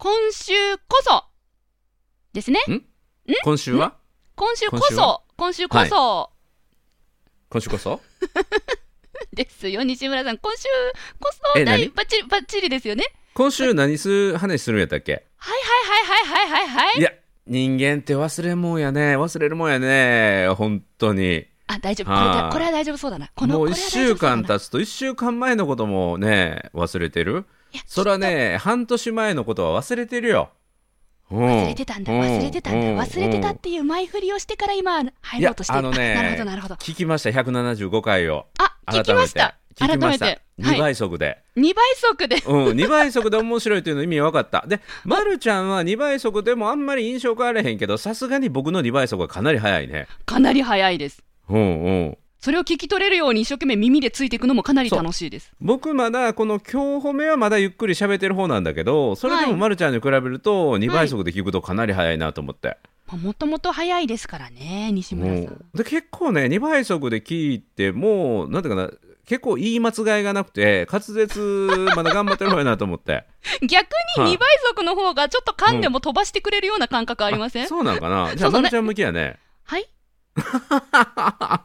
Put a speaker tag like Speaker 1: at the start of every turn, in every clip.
Speaker 1: 今週こそですね。
Speaker 2: 今週は
Speaker 1: 今週こ
Speaker 2: 今週は
Speaker 1: そ、今週こそ
Speaker 2: 今週こそ
Speaker 1: ですよ、西村さん。今週こ
Speaker 2: え
Speaker 1: そ、大
Speaker 2: 何
Speaker 1: バッチリ、バッチリですよね。
Speaker 2: 今週何する話するんやったっけ
Speaker 1: はいはいはいはいはいはいはい
Speaker 2: い。や人間って忘れんもんやね忘れるもんやね本当に
Speaker 1: あ、大丈夫。これ
Speaker 2: はい
Speaker 1: だこれは大丈夫そうだな。この
Speaker 2: もう
Speaker 1: これ
Speaker 2: 1
Speaker 1: は大
Speaker 2: 週
Speaker 1: 丈夫そうだな
Speaker 2: 間経つと1週間前のこともね忘れてる
Speaker 1: いや
Speaker 2: それはね半年前のことは忘れてるよ
Speaker 1: 忘
Speaker 2: 忘
Speaker 1: れてたんだ、忘れてたんだ、忘れてたっていう前振りをしてから今、入
Speaker 2: い
Speaker 1: ろう
Speaker 2: や
Speaker 1: として
Speaker 2: あのね
Speaker 1: なるほど、なるほど。
Speaker 2: 聞きました175回を
Speaker 1: あ、
Speaker 2: 改め
Speaker 1: 聞
Speaker 2: て
Speaker 1: きました。
Speaker 2: 聞き
Speaker 1: 改
Speaker 2: ま
Speaker 1: め
Speaker 2: した
Speaker 1: て。
Speaker 2: 2
Speaker 1: はい。
Speaker 2: 倍速で、
Speaker 1: 2倍速で。
Speaker 2: うん、2倍速で面白いというの意味分かったで、ま、るちゃんは2倍速でもあんまり印象変わらへんけどさすがに僕の2倍速はかなり早いね
Speaker 1: かなり早いです。
Speaker 2: うんうん
Speaker 1: それを聞き取れるように一生懸命耳でついていくのもかなり楽しいです。
Speaker 2: 僕まだこの今日褒めはまだゆっくり喋ってる方なんだけどそれで
Speaker 1: は
Speaker 2: も
Speaker 1: い
Speaker 2: まるちゃんに比べると2倍速で聞くとかなり早いなと思って、
Speaker 1: まあもともと早いですからね、西
Speaker 2: う
Speaker 1: 村さん
Speaker 2: ん。で結構ね2倍速で聞いてもうなんていうかな結構言い間違いがなくて滑舌まだ頑張ってる方やなと思って
Speaker 1: 逆に
Speaker 2: はい
Speaker 1: 2倍速の方がちょっと噛んでも飛ばしてくれるような感覚 ありません、
Speaker 2: そうなのかなじゃあ
Speaker 1: そうだね
Speaker 2: まるちゃん向きやね
Speaker 1: はい さあ、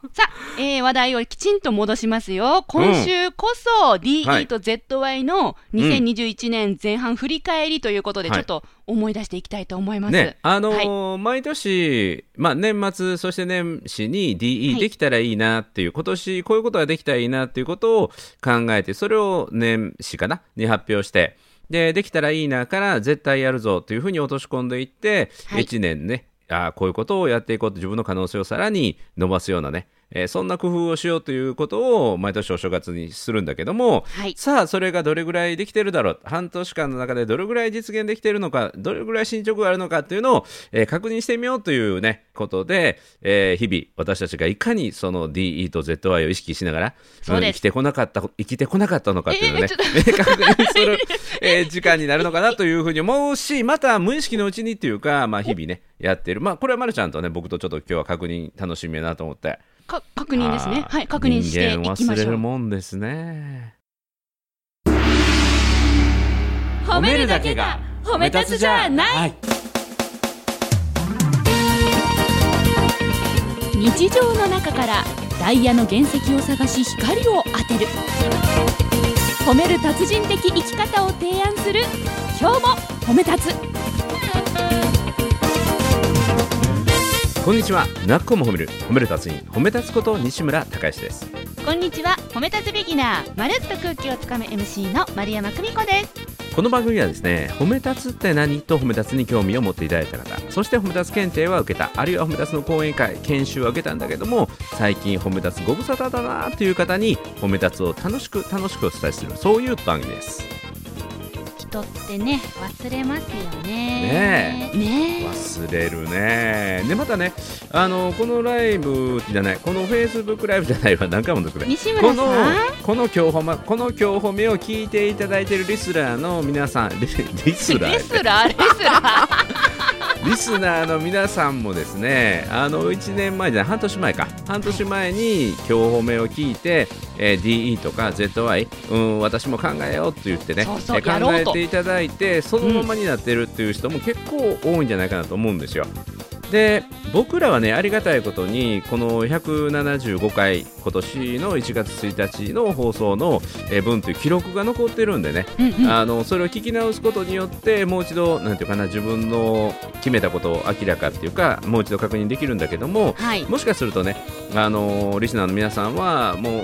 Speaker 1: えー話題をきちんと戻しますよ。今週こそ
Speaker 2: は
Speaker 1: DE
Speaker 2: い
Speaker 1: と ZY の2021年前半振り返りということで、
Speaker 2: は
Speaker 1: ち
Speaker 2: い
Speaker 1: ょっと思い出していきたいと思います。
Speaker 2: ね、あのー毎年、まあ、年末そして年始に
Speaker 1: は
Speaker 2: DE
Speaker 1: い
Speaker 2: できたらいいなっていう、今年こういうことができたらいいなっていうことを考えてそれを年始かなに発表してでできたらいいなから絶対やるぞというふうに落とし込んでいって、
Speaker 1: はい
Speaker 2: 1年ねあーこういうことをやっていこうと自分の可能性をさらに伸ばすようなね、えーそんな工夫をしようということを毎年お正月にするんだけども、
Speaker 1: はい。
Speaker 2: さあそれがどれぐらいできてるだろう半年間の中でどれぐらい実現できてるのかどれぐらい進捗があるのかっていうのを、えー確認してみようというねことで、えー日々私たちがいかにその DE と ZY を意識しながら
Speaker 1: そうです
Speaker 2: ん生きてこなかった生きてこなかったのかっていうのをね、
Speaker 1: え
Speaker 2: 確認する、えー時間になるのかなというふうに思うしまた無意識のうちにっていうか、まあ、日々ねやってるまあこれはまるちゃんとね僕とちょっと今日は確認楽しみやなと思って
Speaker 1: か確認ですね。
Speaker 2: あー
Speaker 1: はい、確認していき
Speaker 2: 人間
Speaker 1: ま
Speaker 2: 忘れ
Speaker 1: しょ
Speaker 2: る
Speaker 1: う。
Speaker 2: もんですね。
Speaker 1: 褒
Speaker 2: はい、
Speaker 1: 日常の中からダイヤの原石を探し光を当てる褒める達人的生き方を提案する今日も褒め立つ
Speaker 2: こんにちはなっこも褒める褒める達人褒め立つこと西村孝之です
Speaker 1: こんにちは褒め立つビギナーまるっと空気をつかむ MC の丸山久美子です
Speaker 2: この番組はですね褒め立つって何と褒め立つに興味を持っていただいた方そして褒め立つ検定は受けたあるいは褒め立つの講演会研修は受けたんだけども最近褒め立つご無沙汰だなという方に褒め立つを楽しく楽しくお伝えするそういう番組です
Speaker 1: 人ってね忘れますよね
Speaker 2: ね
Speaker 1: ねね
Speaker 2: 忘れるねでまたねあのこのライブじゃないこのフェイスブックライブじゃないわ何回もですね
Speaker 1: 西
Speaker 2: こ
Speaker 1: 村さ
Speaker 2: の
Speaker 1: ん
Speaker 2: この今日褒めこの今日褒めを聞いていただいているリスナーの皆さんリリスナー
Speaker 1: レスラーレスラー
Speaker 2: リスナーの皆さんもですねあの1年前じゃない半年前か半年前に今日褒めを聞いて、えー DE とか ZY、うん、私も考えようと言ってね
Speaker 1: そうそう
Speaker 2: えー
Speaker 1: やろ
Speaker 2: 考
Speaker 1: う
Speaker 2: え
Speaker 1: と
Speaker 2: ていただいてそのままになってるっていう人も結構多いんじゃないかなと思うんですよ。で僕らはねありがたいことにこの175回今年の1月1日の放送のえー分という記録が残ってるんでね
Speaker 1: うんうん
Speaker 2: あのそれを聞き直すことによってもう一度なんていうかな自分の決めたことを明らかっていうかもう一度確認できるんだけども
Speaker 1: はい
Speaker 2: もしかするとねあのリスナーの皆さんはもう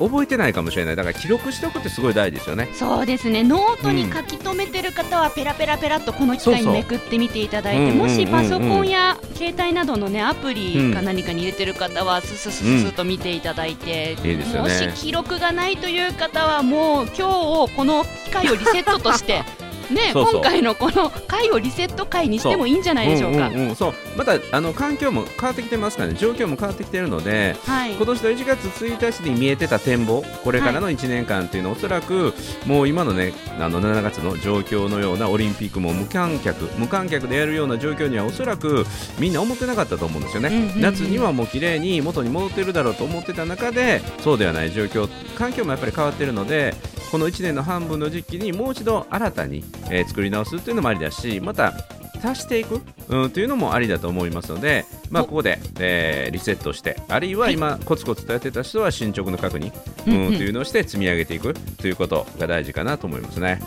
Speaker 2: 覚えてないかもしれないだから記録しておくってすごい大事ですよね。
Speaker 1: そうですねノートに書き留めてる方はペラペラペラっとこの機
Speaker 2: そ
Speaker 1: 会
Speaker 2: う
Speaker 1: に
Speaker 2: そう
Speaker 1: めくってみていただい
Speaker 2: う
Speaker 1: て
Speaker 2: んうん
Speaker 1: も
Speaker 2: うんうん
Speaker 1: しパソコンや携帯などのねアプリか何かに入れてる方はスススススッと見ていただいて、
Speaker 2: いいですよ
Speaker 1: も
Speaker 2: ね
Speaker 1: し記録がないという方はもう今日をこの機会をリセットとして ね
Speaker 2: そうそう
Speaker 1: 今回のこの回をリセット回にしてもいいんじゃないでしょうか。
Speaker 2: うんうんうんそうまたあの環境も変わってきてますからね状況も変わってきてるので
Speaker 1: はい
Speaker 2: 今年の1月1日に見えてた展望これからの1年間というのはおそらくもう今のねあの7月の状況のようなオリンピックも無観客無観客でやるような状況にはおそらくみんな思ってなかったと思うんですよね、
Speaker 1: うんうんうん
Speaker 2: 夏にはもう綺麗に元に戻ってるだろうと思ってた中でそうではない状況環境もやっぱり変わってるのでこの1年の半分の時期にもう一度新たに、えー作り直すっていうのもありだしまた足していく、うん、というのもありだと思いますので、まあ、
Speaker 1: お
Speaker 2: ここで、えーリセットしてあるいは今コツコツとやってた人は進捗の確認、
Speaker 1: う
Speaker 2: う
Speaker 1: ん
Speaker 2: ん
Speaker 1: うん
Speaker 2: というのをして積み上げていくということが大事かなと思いますね。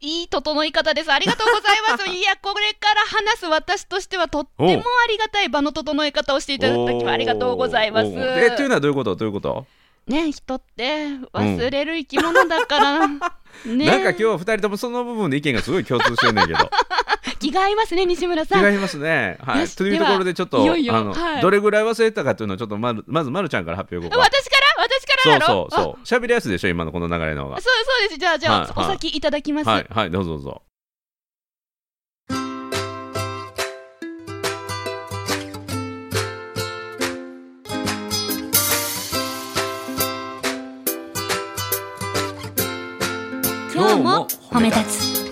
Speaker 1: いい整い方です。ありがとうござい ます。いや、これから話す私としてはとってもありがたい場の整え方をしていただきまありがとうございます。
Speaker 2: おーおーえというのはどういうことどういうこと、
Speaker 1: ね人って忘れる生き物だから、ね
Speaker 2: なんか今日は2人ともその部分で意見がすごい共通してるん だけど
Speaker 1: 気が合いますね西村さん
Speaker 2: 違いますね。は
Speaker 1: よ
Speaker 2: い、
Speaker 1: し
Speaker 2: というところでちょっと
Speaker 1: ではいよいよ
Speaker 2: あの
Speaker 1: はい
Speaker 2: どれぐらい忘れてたかというのをちょっとまずまずまるちゃんから発表
Speaker 1: 私
Speaker 2: こ
Speaker 1: から
Speaker 2: こ
Speaker 1: 私
Speaker 2: そ
Speaker 1: から
Speaker 2: う
Speaker 1: だ
Speaker 2: そ
Speaker 1: ろ
Speaker 2: うそう喋りやすいでしょ今のこの流れの方
Speaker 1: あ
Speaker 2: が
Speaker 1: そうそうですじゃあじゃあ、
Speaker 2: はいはい
Speaker 1: お先いただきます、
Speaker 2: はいはいどうぞどうぞ今日も褒め
Speaker 1: 立つ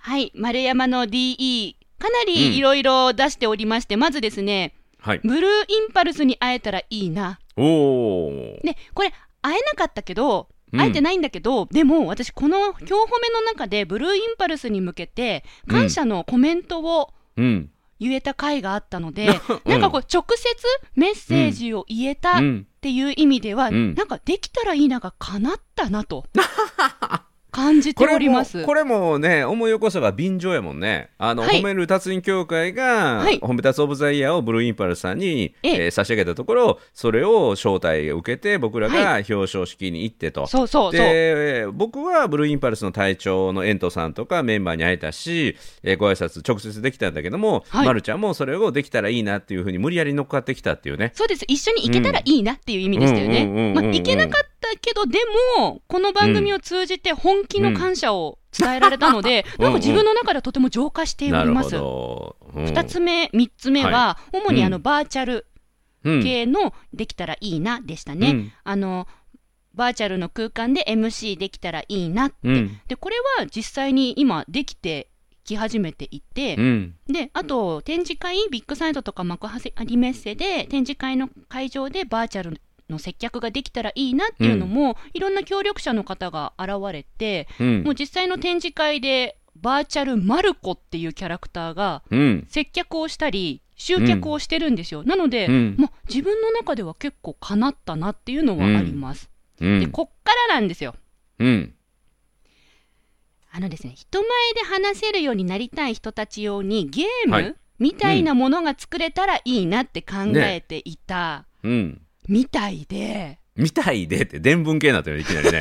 Speaker 1: はい丸山の DE かな
Speaker 2: うん
Speaker 1: りいろいろ出しておりまして、まずですね
Speaker 2: はい
Speaker 1: ブルーインパルスに会えたらいいな
Speaker 2: おお
Speaker 1: ねこれ会えなかったけど
Speaker 2: うん
Speaker 1: 会えてないんだけど、でも私この「今日褒め」の中でブルーインパルスに向けて感謝のコメントを
Speaker 2: うん
Speaker 1: 言えた回があったので、
Speaker 2: うん
Speaker 1: なんかこう直接メッセージを言えたっ
Speaker 2: うん
Speaker 1: ていう意味では、
Speaker 2: うん
Speaker 1: なんかできたらいいなが叶ったな と感じて
Speaker 2: こ
Speaker 1: おり
Speaker 2: れ
Speaker 1: ま
Speaker 2: も
Speaker 1: す。
Speaker 2: これもね思い起こせば便乗やもんねあの、
Speaker 1: はい
Speaker 2: 褒める達人協会が、
Speaker 1: はい
Speaker 2: 褒めたつオブザイヤーをブルーインパルスさんに、
Speaker 1: ええ
Speaker 2: えー差し上げたところそれを招待を受けて僕らが表彰式に行ってと、
Speaker 1: そうそうそう、
Speaker 2: で僕はブルーインパルスの隊長の遠藤さんとかメンバーに会えたし、えーご挨拶直接できたんだけども、
Speaker 1: はい
Speaker 2: まるちゃんもそれをできたらいいなっていうふうに無理やり乗っかってきたっていうね。
Speaker 1: そうです一緒に行けたらいいなっていう意味でしたよ
Speaker 2: うんうんうんうん
Speaker 1: ね。
Speaker 2: うん
Speaker 1: まあ行けなかったけどでもこの番組を通じて本気の感謝を伝えられたので、
Speaker 2: うん
Speaker 1: なんか自分の中ではとても浄化してお
Speaker 2: な
Speaker 1: り
Speaker 2: る
Speaker 1: ま
Speaker 2: ほ
Speaker 1: す。
Speaker 2: ど。うん
Speaker 1: 2つ目、3つ目は、主にあ
Speaker 2: う
Speaker 1: のバーチャル
Speaker 2: うん
Speaker 1: 系のできたらいいなでしたね。
Speaker 2: うん
Speaker 1: あのバーチャルの空間で MC できたらいいなって、
Speaker 2: うん
Speaker 1: でこれは実際に今できてき始めていて、
Speaker 2: うん
Speaker 1: であと展示会ビッグサイトとか幕張アリメッセで展示会の会場でバーチャルの接客ができたらいいなっていうのも、いろんな協力者の方が現れて、
Speaker 2: うん
Speaker 1: もう実際の展示会でバーチャルマルコっていうキャラクターが
Speaker 2: うん
Speaker 1: 接客をしたり集客をしてるんですよ、なので、
Speaker 2: うん
Speaker 1: もう自分の中では結構かなったなっていうのはあります、
Speaker 2: うん
Speaker 1: でこっからなんですよ
Speaker 2: うん
Speaker 1: あのですね人前で話せるようになりたい人たち用にゲーム、
Speaker 2: はい
Speaker 1: みたいなものが作れたらいいなって考えていた
Speaker 2: うん
Speaker 1: みたいで、
Speaker 2: みたいでって伝聞系になってるよいきなり ね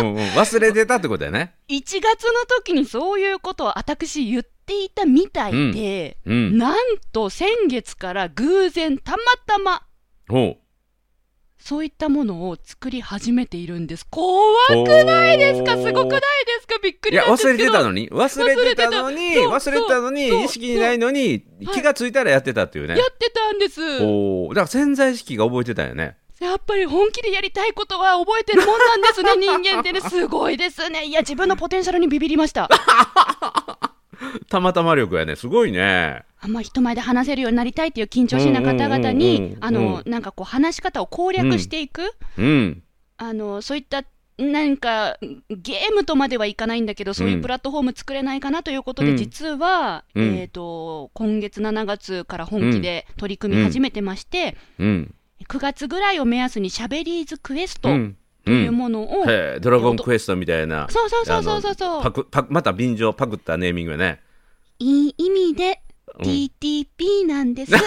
Speaker 2: うん、うん、忘れてたってことだよね。
Speaker 1: 1月の時にそういうことを私言っていたみたいで、
Speaker 2: うん、
Speaker 1: なんと先月から偶然たまたま
Speaker 2: ほ
Speaker 1: そういったものを作り始めているんです。怖
Speaker 2: う
Speaker 1: くないですか
Speaker 2: おー
Speaker 1: すごくないですかびっく
Speaker 2: い
Speaker 1: りな
Speaker 2: や
Speaker 1: んです
Speaker 2: 忘
Speaker 1: け
Speaker 2: れ
Speaker 1: ど
Speaker 2: てたのに忘れてたのに忘
Speaker 1: 忘
Speaker 2: れ
Speaker 1: れ
Speaker 2: て
Speaker 1: て
Speaker 2: た
Speaker 1: た
Speaker 2: の
Speaker 1: そう
Speaker 2: に
Speaker 1: そう
Speaker 2: 意識にないのに
Speaker 1: はい
Speaker 2: 気がついたらやってたっていうね
Speaker 1: やってたんです。
Speaker 2: おーだから潜在意識が覚えてたよね
Speaker 1: やっぱり本気でやりたいことは覚えてるもんなんです ね、人間ってね。すごいですね。いや、自分のポテンシャルにビビりました。
Speaker 2: たまたま力やねすごいね
Speaker 1: あんま人前で話せるようになりたいっていう緊張しいな方々
Speaker 2: うんうんうんう
Speaker 1: に
Speaker 2: ん、
Speaker 1: あの、なんかこう話し方を攻略していく、
Speaker 2: うん
Speaker 1: あの、そういった、なんか、ゲームとまではいかないんだけど、そういうプラットフォーム作れないかなということで、
Speaker 2: うん
Speaker 1: 実は、
Speaker 2: うん
Speaker 1: えっ、と、今月7月から本気で取り組み始めてまして、
Speaker 2: うん
Speaker 1: 9月ぐらいを目安にしゃべりーずクエスト
Speaker 2: う
Speaker 1: と
Speaker 2: んう
Speaker 1: いうんものを、
Speaker 2: へえドラゴンクエストみたいな
Speaker 1: そうそうそうそうそうそ
Speaker 2: あのパ
Speaker 1: う、
Speaker 2: クパクまた便乗パクったネーミングやね
Speaker 1: いい意味で
Speaker 2: うん
Speaker 1: TTP なんです。
Speaker 2: フ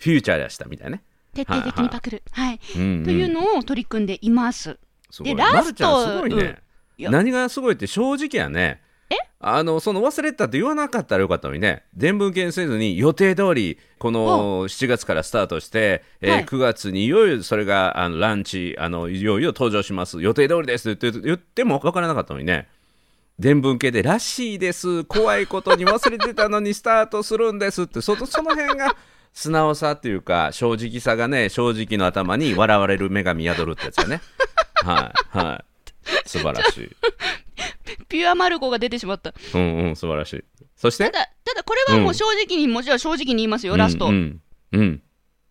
Speaker 2: ューチャーでしたみたいなね
Speaker 1: 徹底的にパクる。はい。
Speaker 2: と
Speaker 1: という
Speaker 2: の
Speaker 1: のを取り組んでいます。
Speaker 2: すごい
Speaker 1: でラスト
Speaker 2: まるちゃんすごいね
Speaker 1: うんいや
Speaker 2: 何がすごいって正直やね
Speaker 1: え
Speaker 2: あのその忘れてたって言わなかったらよかったのにね伝聞検せずに予定通りこの7月からスタートして、えー
Speaker 1: はい
Speaker 2: 9月にいよいよそれがあのランチあのいよいよ登場します予定通りですって言って言っても分からなかったのにね伝聞系で「らしいです怖いことに忘れてたのにスタートするんです」ってそのその辺が素直さっていうか正直さがね正直の頭に笑われる女神宿るってやつだね。はいはい素晴らしい
Speaker 1: ピュアマルコが出てしまった。
Speaker 2: うんうん素晴らしいそしたて
Speaker 1: だ、ただこれはもう正直に、もちろん正直に言いますよ、ラスト。
Speaker 2: うんうん、うん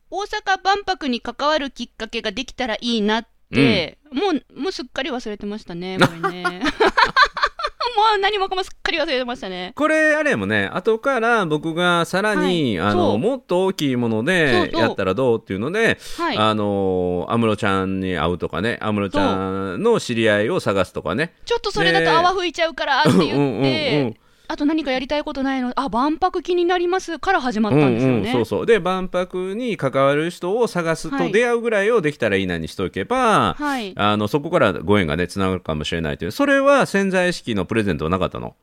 Speaker 1: 大阪万博に関わるきっかけができたらいいなって、もう、もうすっかり忘れてましたね、これね。 もう何もかもすっかり忘れてましたね。
Speaker 2: これあれもね後から僕がさらに、
Speaker 1: はい
Speaker 2: あの
Speaker 1: そう
Speaker 2: もっと大きいもの
Speaker 1: そう
Speaker 2: で
Speaker 1: そう
Speaker 2: やったらどうっていうので
Speaker 1: はい。
Speaker 2: あの安室ちゃんに会うとかね安室ちゃんの知り合いを探すとかね
Speaker 1: ちょっとそれだと泡吹いちゃうからって
Speaker 2: う
Speaker 1: 言
Speaker 2: んう
Speaker 1: って、
Speaker 2: んうん
Speaker 1: あと何かやりたいことないのあ、万博気になりますから始まっ
Speaker 2: う
Speaker 1: たんですよね。
Speaker 2: んうんそうそうで万博に関わる人を探す
Speaker 1: は
Speaker 2: と
Speaker 1: い
Speaker 2: 出会うぐらいをできたらいいなにしておけば、
Speaker 1: はい。
Speaker 2: あのそこからご縁がねつながるかもしれないというそれは潜在意識のプレゼントはなかったの、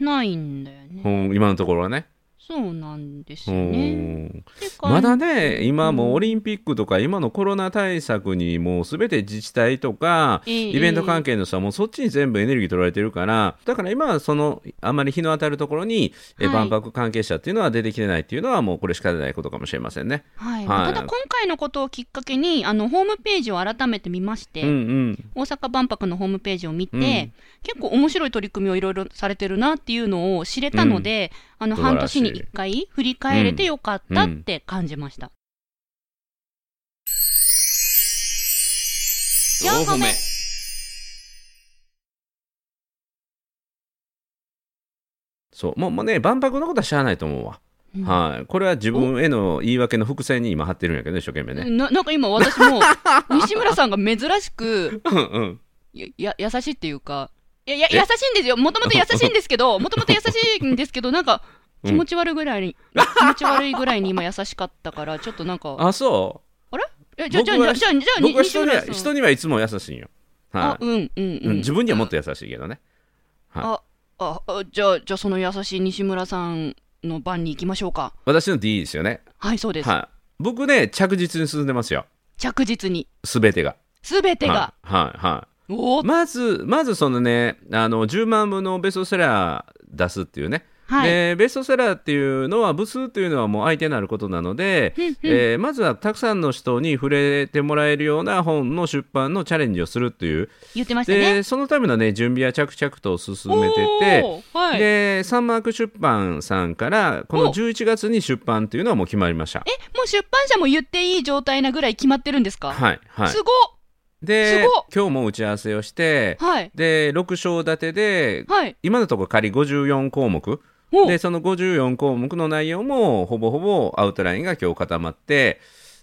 Speaker 1: ないんだよね。
Speaker 2: うん今のところはね
Speaker 1: そうなんです
Speaker 2: う
Speaker 1: よね。
Speaker 2: ん
Speaker 1: てか
Speaker 2: まだね今もうオリンピックとか今のコロナ対策にもう全て自治体とか
Speaker 1: ええ
Speaker 2: イベント関係の人はもうそっちに全部エネルギー取られてるからだから今はそのあまり日の当たるところにえ
Speaker 1: はい
Speaker 2: 万博関係者っていうのは出てきてないっていうのはもうこれ仕方ないことかもしれませんね。
Speaker 1: はい
Speaker 2: はい
Speaker 1: ただ今回のことをきっかけにあのホームページを改めて見まして、
Speaker 2: うんうん
Speaker 1: 大阪万博のホームページを見て、
Speaker 2: うん
Speaker 1: 結構面白い取り組みをいろいろされてるなっていうのを知れたので、あの
Speaker 2: 素晴らしい
Speaker 1: 半年に1回振り返れてよかったって感じました。4個目
Speaker 2: そうもうもうね万博のことはしゃあないと思うわ、
Speaker 1: うん
Speaker 2: はいこれは自分への言い訳の伏線に今貼ってるんやけどね一生懸命ね
Speaker 1: ななんか今私 も西村さんが珍しく
Speaker 2: うんうん
Speaker 1: やや優しいっていうかいやいや
Speaker 2: え
Speaker 1: 優しいんですよもともと優しいんですけ どもともと優しいんですけどなんか
Speaker 2: うん
Speaker 1: 気持ち悪いぐらいに、気持ち悪いぐらいに今優しかったからちょっとなんか
Speaker 2: あそ
Speaker 1: えじゃあじゃあじゃ
Speaker 2: 僕
Speaker 1: あ
Speaker 2: は
Speaker 1: じゃあじゃあ
Speaker 2: う僕は
Speaker 1: 西
Speaker 2: 人には
Speaker 1: 村さん
Speaker 2: 人にはいつも優しいんよ、
Speaker 1: あ
Speaker 2: はい
Speaker 1: うんうん
Speaker 2: う
Speaker 1: うんん
Speaker 2: 自分にはもっと優しいけどね
Speaker 1: あああじゃあじゃあその優しい西村さんの番に行きましょうか
Speaker 2: 私の D ですよね
Speaker 1: はいそうです
Speaker 2: はい僕ね着実に進んでますよ
Speaker 1: 着実に
Speaker 2: すべてが
Speaker 1: すべてが
Speaker 2: はいはい、はい
Speaker 1: おお
Speaker 2: まずまずそのねあの10万部のベストセラー出すっていうね
Speaker 1: はい
Speaker 2: でベストセラーっていうのは部数というのはもう相手になることなので、
Speaker 1: うんうん
Speaker 2: えーまずはたくさんの人に触れてもらえるような本の出版のチャレンジをするっていう、
Speaker 1: 言ってましたね
Speaker 2: でそのための、ね、準備は着々と進めてて。
Speaker 1: おーはいえ
Speaker 2: でサンマーク出版さんからこの
Speaker 1: お
Speaker 2: 11月に出版っていうのはもう決まりました。
Speaker 1: もう出版社も言っていい状態なぐらい決まってるんですか
Speaker 2: はいはい、
Speaker 1: すご
Speaker 2: です
Speaker 1: ごっ
Speaker 2: 今日も打ち合わせをして
Speaker 1: っはい
Speaker 2: で6章立てで
Speaker 1: はい
Speaker 2: 今のところ仮54項目
Speaker 1: お
Speaker 2: でその54項目の内容もほぼほぼアウトラインが今日固まって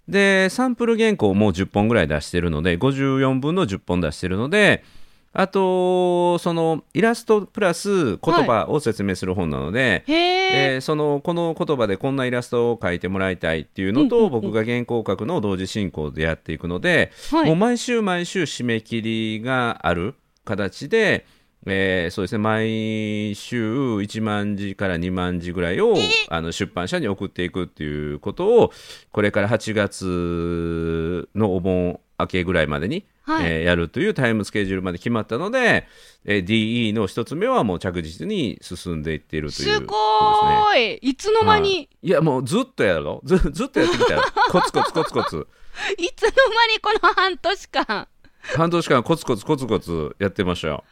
Speaker 2: でサンプル原稿も10本ぐらい出してるので54分の10本出してるのであとそのイラストプラス言葉を説明する本なので、
Speaker 1: へえ
Speaker 2: えーそのこの言葉でこんなイラストを描いてもらいたいっていうの
Speaker 1: う
Speaker 2: と、
Speaker 1: んうんうん
Speaker 2: 僕が原稿を書くのを同時進行でやっていくので、
Speaker 1: は
Speaker 2: も
Speaker 1: い
Speaker 2: う毎週毎週締め切りがある形で、えーそうですね毎週1万字から2万字ぐらいを、あの出版社に送っていくっていうことをこれから8月のお盆明けぐらいまでに、
Speaker 1: はい
Speaker 2: えーやるというタイムスケジュールまで決まったので、えー DE の一つ目はもう着実に進んでいっているとい
Speaker 1: す
Speaker 2: うことですね。
Speaker 1: ごーいいつの間に
Speaker 2: いやもうずっとやろずずっとやってきたよ コツコツコツコツ
Speaker 1: いつの間にこの半年間
Speaker 2: 半年間コツコツコツコツやってましたよ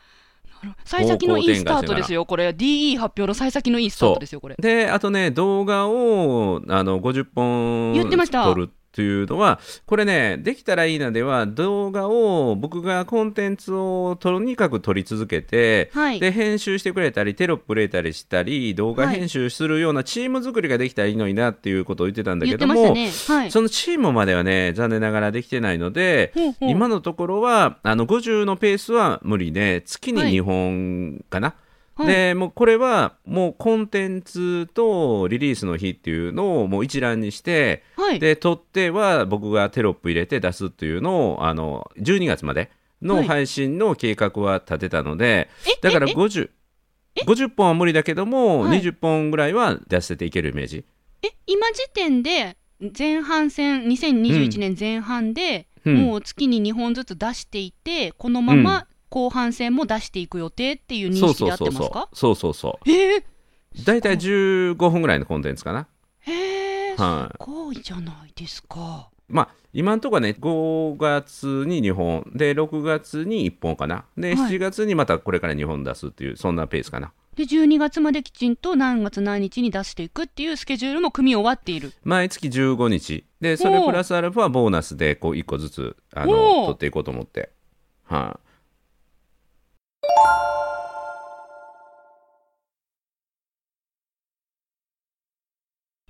Speaker 1: 幸先のいいスタートですよこれ DE 発表の幸先のいいスタートですよこれ
Speaker 2: であとね動画をあの50本
Speaker 1: 言ってました
Speaker 2: 撮るっていうのはこれねできたらいいなでは動画を僕がコンテンツをとにかく撮り続けて、
Speaker 1: はい
Speaker 2: で編集してくれたりテロップ入れたりしたり動画
Speaker 1: はい
Speaker 2: 編集するようなチーム作りができたらいいのになっていうことを言ってたんだ
Speaker 1: 言
Speaker 2: け
Speaker 1: って
Speaker 2: ど
Speaker 1: ま
Speaker 2: も、
Speaker 1: したねはい
Speaker 2: そのチームまではね残念ながらできてないので、
Speaker 1: ほうほう
Speaker 2: 今のところはあの50のペースは無理で月に
Speaker 1: はい
Speaker 2: 2本かな。
Speaker 1: はい
Speaker 2: でもうこれはもうコンテンツとリリースの日っていうのをもう一覧にして
Speaker 1: はい
Speaker 2: で撮っては僕がテロップ入れて出すっていうのをあの12月まで
Speaker 1: は
Speaker 2: の
Speaker 1: い
Speaker 2: 配信の計画は立てたので、
Speaker 1: え
Speaker 2: だから
Speaker 1: ええ
Speaker 2: 50。50本は無理だけども、
Speaker 1: はい
Speaker 2: 20本ぐらいは出せていけるイメージ。
Speaker 1: え今時点で前半戦2021年前半で、
Speaker 2: うん
Speaker 1: もう月に2本ずつ出していてこのまま後半戦も出していく予定っていう
Speaker 2: そ
Speaker 1: 認
Speaker 2: う
Speaker 1: 識
Speaker 2: そ
Speaker 1: で
Speaker 2: う
Speaker 1: 合っ
Speaker 2: そ
Speaker 1: て
Speaker 2: う
Speaker 1: ますか
Speaker 2: そうそうそう。
Speaker 1: えー、
Speaker 2: 大体15分ぐらいのコンテンツかな。
Speaker 1: へえ、
Speaker 2: はい
Speaker 1: すごいじゃないですか
Speaker 2: まあ、今のところはね、5月に2本、で、6月に1本かな。で、
Speaker 1: はい
Speaker 2: 7月にまたこれから2本出すっていう、そんなペースかな。
Speaker 1: で12月まできちんと何月何日に出していくっていうスケジュールも組み終わっている
Speaker 2: 毎月15日。で、それ
Speaker 1: おう
Speaker 2: プラスアルファボーナスで、こう、1個ずつ、あの、
Speaker 1: おう
Speaker 2: 取っていこうと思って。はい、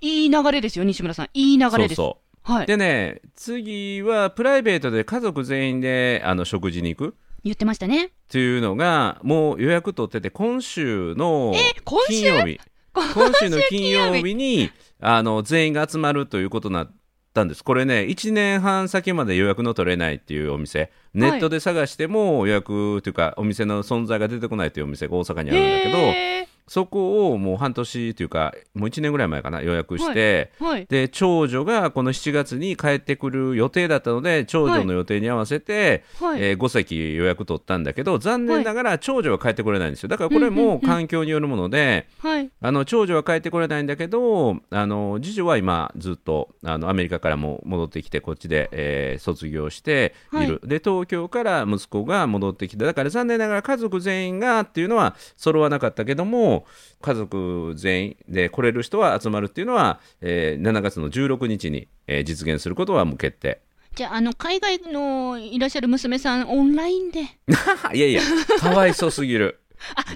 Speaker 1: いい流れですよ西村さんいい流
Speaker 2: そ
Speaker 1: れ
Speaker 2: う
Speaker 1: です
Speaker 2: そう。
Speaker 1: はい
Speaker 2: でね、次はプライベートで家族全員であの食事に行く
Speaker 1: 言ってましたね
Speaker 2: っていうのが、もう予約取ってて、今週の
Speaker 1: え今週
Speaker 2: 金曜日、
Speaker 1: 今
Speaker 2: 今週の金曜
Speaker 1: 金
Speaker 2: 日にあの全員が集まるということになったんです。これね、1年半先まで予約の取れないっていうお店、ネットで探しても予約というか、お店の存在が出てこないというお店が大阪にあるんだけど、
Speaker 1: へ
Speaker 2: そこをもう半年というか、もう1年ぐらい前かな、予約して。
Speaker 1: ーはい
Speaker 2: で長女がこの7月に帰ってくる予定だったので長女の予定に合わせて、
Speaker 1: はい、
Speaker 2: え5席予約取ったんだけど残念ながら長女は帰ってこれないんですよだからこれも環境によるもので、
Speaker 1: はい
Speaker 2: あの長女は帰ってこれないんだけどあの次女は今ずっとあのアメリカからも戻ってきてこっちで、えー卒業している、で東京から息子が戻ってきてだから残念ながら家族全員がっていうのは揃わなかったけども家族全員で来れる人は集まるっていうのは、えー7月の16日に、えー実現することはもう決定
Speaker 1: じゃああの海外のいらっしゃる娘さんオンラインで
Speaker 2: いやいやかわいそうすぎる。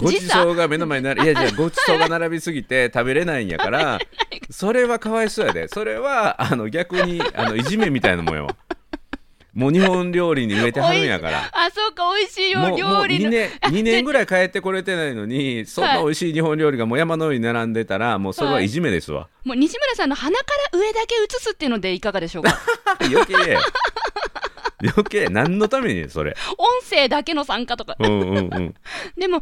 Speaker 2: ごち
Speaker 1: 時差
Speaker 2: そうが目の前になるいやいやごちそうが並びすぎて食べれないん やからそれはかわいそうやでそれはあの逆にあのいじめみたいなもんよもう日本料理に植えてはるんやから
Speaker 1: あそうか美味しいよ
Speaker 2: もうもう
Speaker 1: 料理
Speaker 2: 2
Speaker 1: の
Speaker 2: 年二年ぐらい帰ってこれてないのにそんな美味しい日本料理がもう山の上に並んでたらもうそれはいじめですわ、
Speaker 1: もう西村さんの鼻から上だけ映すっていうのでいかがでしょうか
Speaker 2: 余計や余計何のためにそれ
Speaker 1: 音声だけの参加とか
Speaker 2: うんうんうん
Speaker 1: でも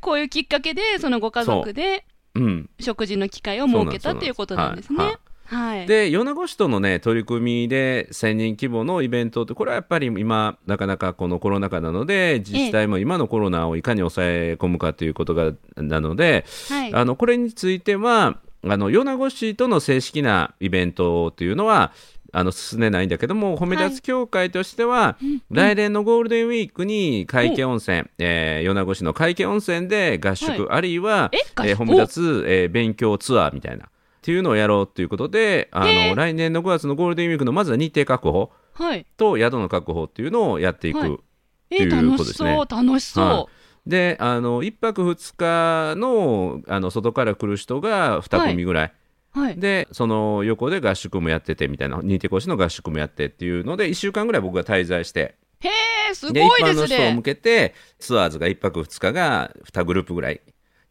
Speaker 1: こういうきっかけでそのご家族で
Speaker 2: うん
Speaker 1: 食事の機会を設けたということなんです
Speaker 2: そうなん
Speaker 1: ね
Speaker 2: で
Speaker 1: はい
Speaker 2: で米子市とのね取り組みで1000人規模のイベントってこれはやっぱり今なかなかこのコロナ禍なので自治体も今のコロナをいかに抑え込むかということがなので、
Speaker 1: はい
Speaker 2: あのこれについてはあの米子市との正式なイベントというのはあの進めないんだけども褒め立つ協会としては、来年のゴールデンウィークに会計温泉、えー米子市の会計温泉で合宿、あるいは
Speaker 1: え合宿
Speaker 2: えー、褒め立つ、えー勉強ツアーみたいなっていうのをやろうということであの、
Speaker 1: へー
Speaker 2: 来年の5月のゴールデンウィークのまずは日程確保
Speaker 1: はい
Speaker 2: と宿の確保っていうのをやっていく。
Speaker 1: はいえ
Speaker 2: っていうこと
Speaker 1: 楽
Speaker 2: で
Speaker 1: し
Speaker 2: すね
Speaker 1: そう楽し
Speaker 2: は
Speaker 1: そ
Speaker 2: であの1泊2日のあの外から来る人が2組ぐらい、
Speaker 1: うはい
Speaker 2: でその横で合宿もやっててみたいな認定講師の合宿もやってっていうので1週間ぐらい僕が滞在して
Speaker 1: へえすごいで
Speaker 2: 一般の
Speaker 1: す
Speaker 2: 人を向
Speaker 1: ね
Speaker 2: けてツアーズが1泊2日が2グループぐらい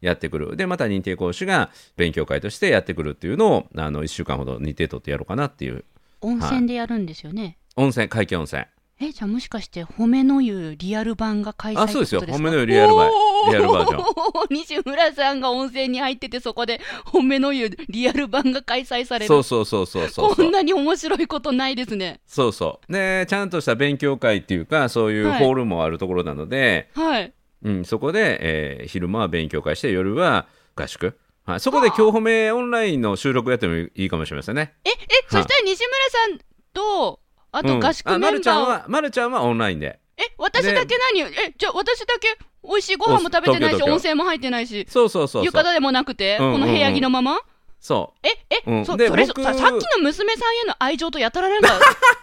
Speaker 2: やってくるでまた認定講師が勉強会としてやってくるっていうのをあの1週間ほど認定取ってやろうかなっていう
Speaker 1: 温泉でやるんですよね
Speaker 2: 温泉会計温泉
Speaker 1: えじゃあもしかして褒めの湯リアル版が開催
Speaker 2: あそうですよ
Speaker 1: ってこと
Speaker 2: 褒めの湯リアルバイリアルバージョン
Speaker 1: おー 西村さんが温泉に入っててそこで褒めの湯リアル版が開催される
Speaker 2: そうそうそうそうそう
Speaker 1: こ
Speaker 2: そ
Speaker 1: ん
Speaker 2: う
Speaker 1: なに面白いことないですね
Speaker 2: そうそうでちゃんとした勉強会っていうかそういう
Speaker 1: はい
Speaker 2: ホールもあるところなので、
Speaker 1: はい
Speaker 2: うん、そこで、えー昼間は勉強会して夜は合宿、はい、そこで今日褒めオンラインの収録やってもいいかもしれませんね
Speaker 1: ええそしたら西村さんとあと合宿メ
Speaker 2: うん
Speaker 1: ンバ
Speaker 2: あま
Speaker 1: ーを、
Speaker 2: るちゃんはまるちゃんはオンラインで
Speaker 1: え私だけ何えじゃあ私だけ美味しいご飯も食べてない
Speaker 2: お東京
Speaker 1: し
Speaker 2: 東京
Speaker 1: 温泉も入ってないし
Speaker 2: そうそうそう
Speaker 1: 浴
Speaker 2: そう
Speaker 1: 衣でもなくて、
Speaker 2: うんうんうん
Speaker 1: この部屋着のまま
Speaker 2: そ
Speaker 1: ええ、
Speaker 2: うん
Speaker 1: そ
Speaker 2: で
Speaker 1: それさ
Speaker 2: 僕
Speaker 1: さっきの娘さんへの愛情とやたらなんか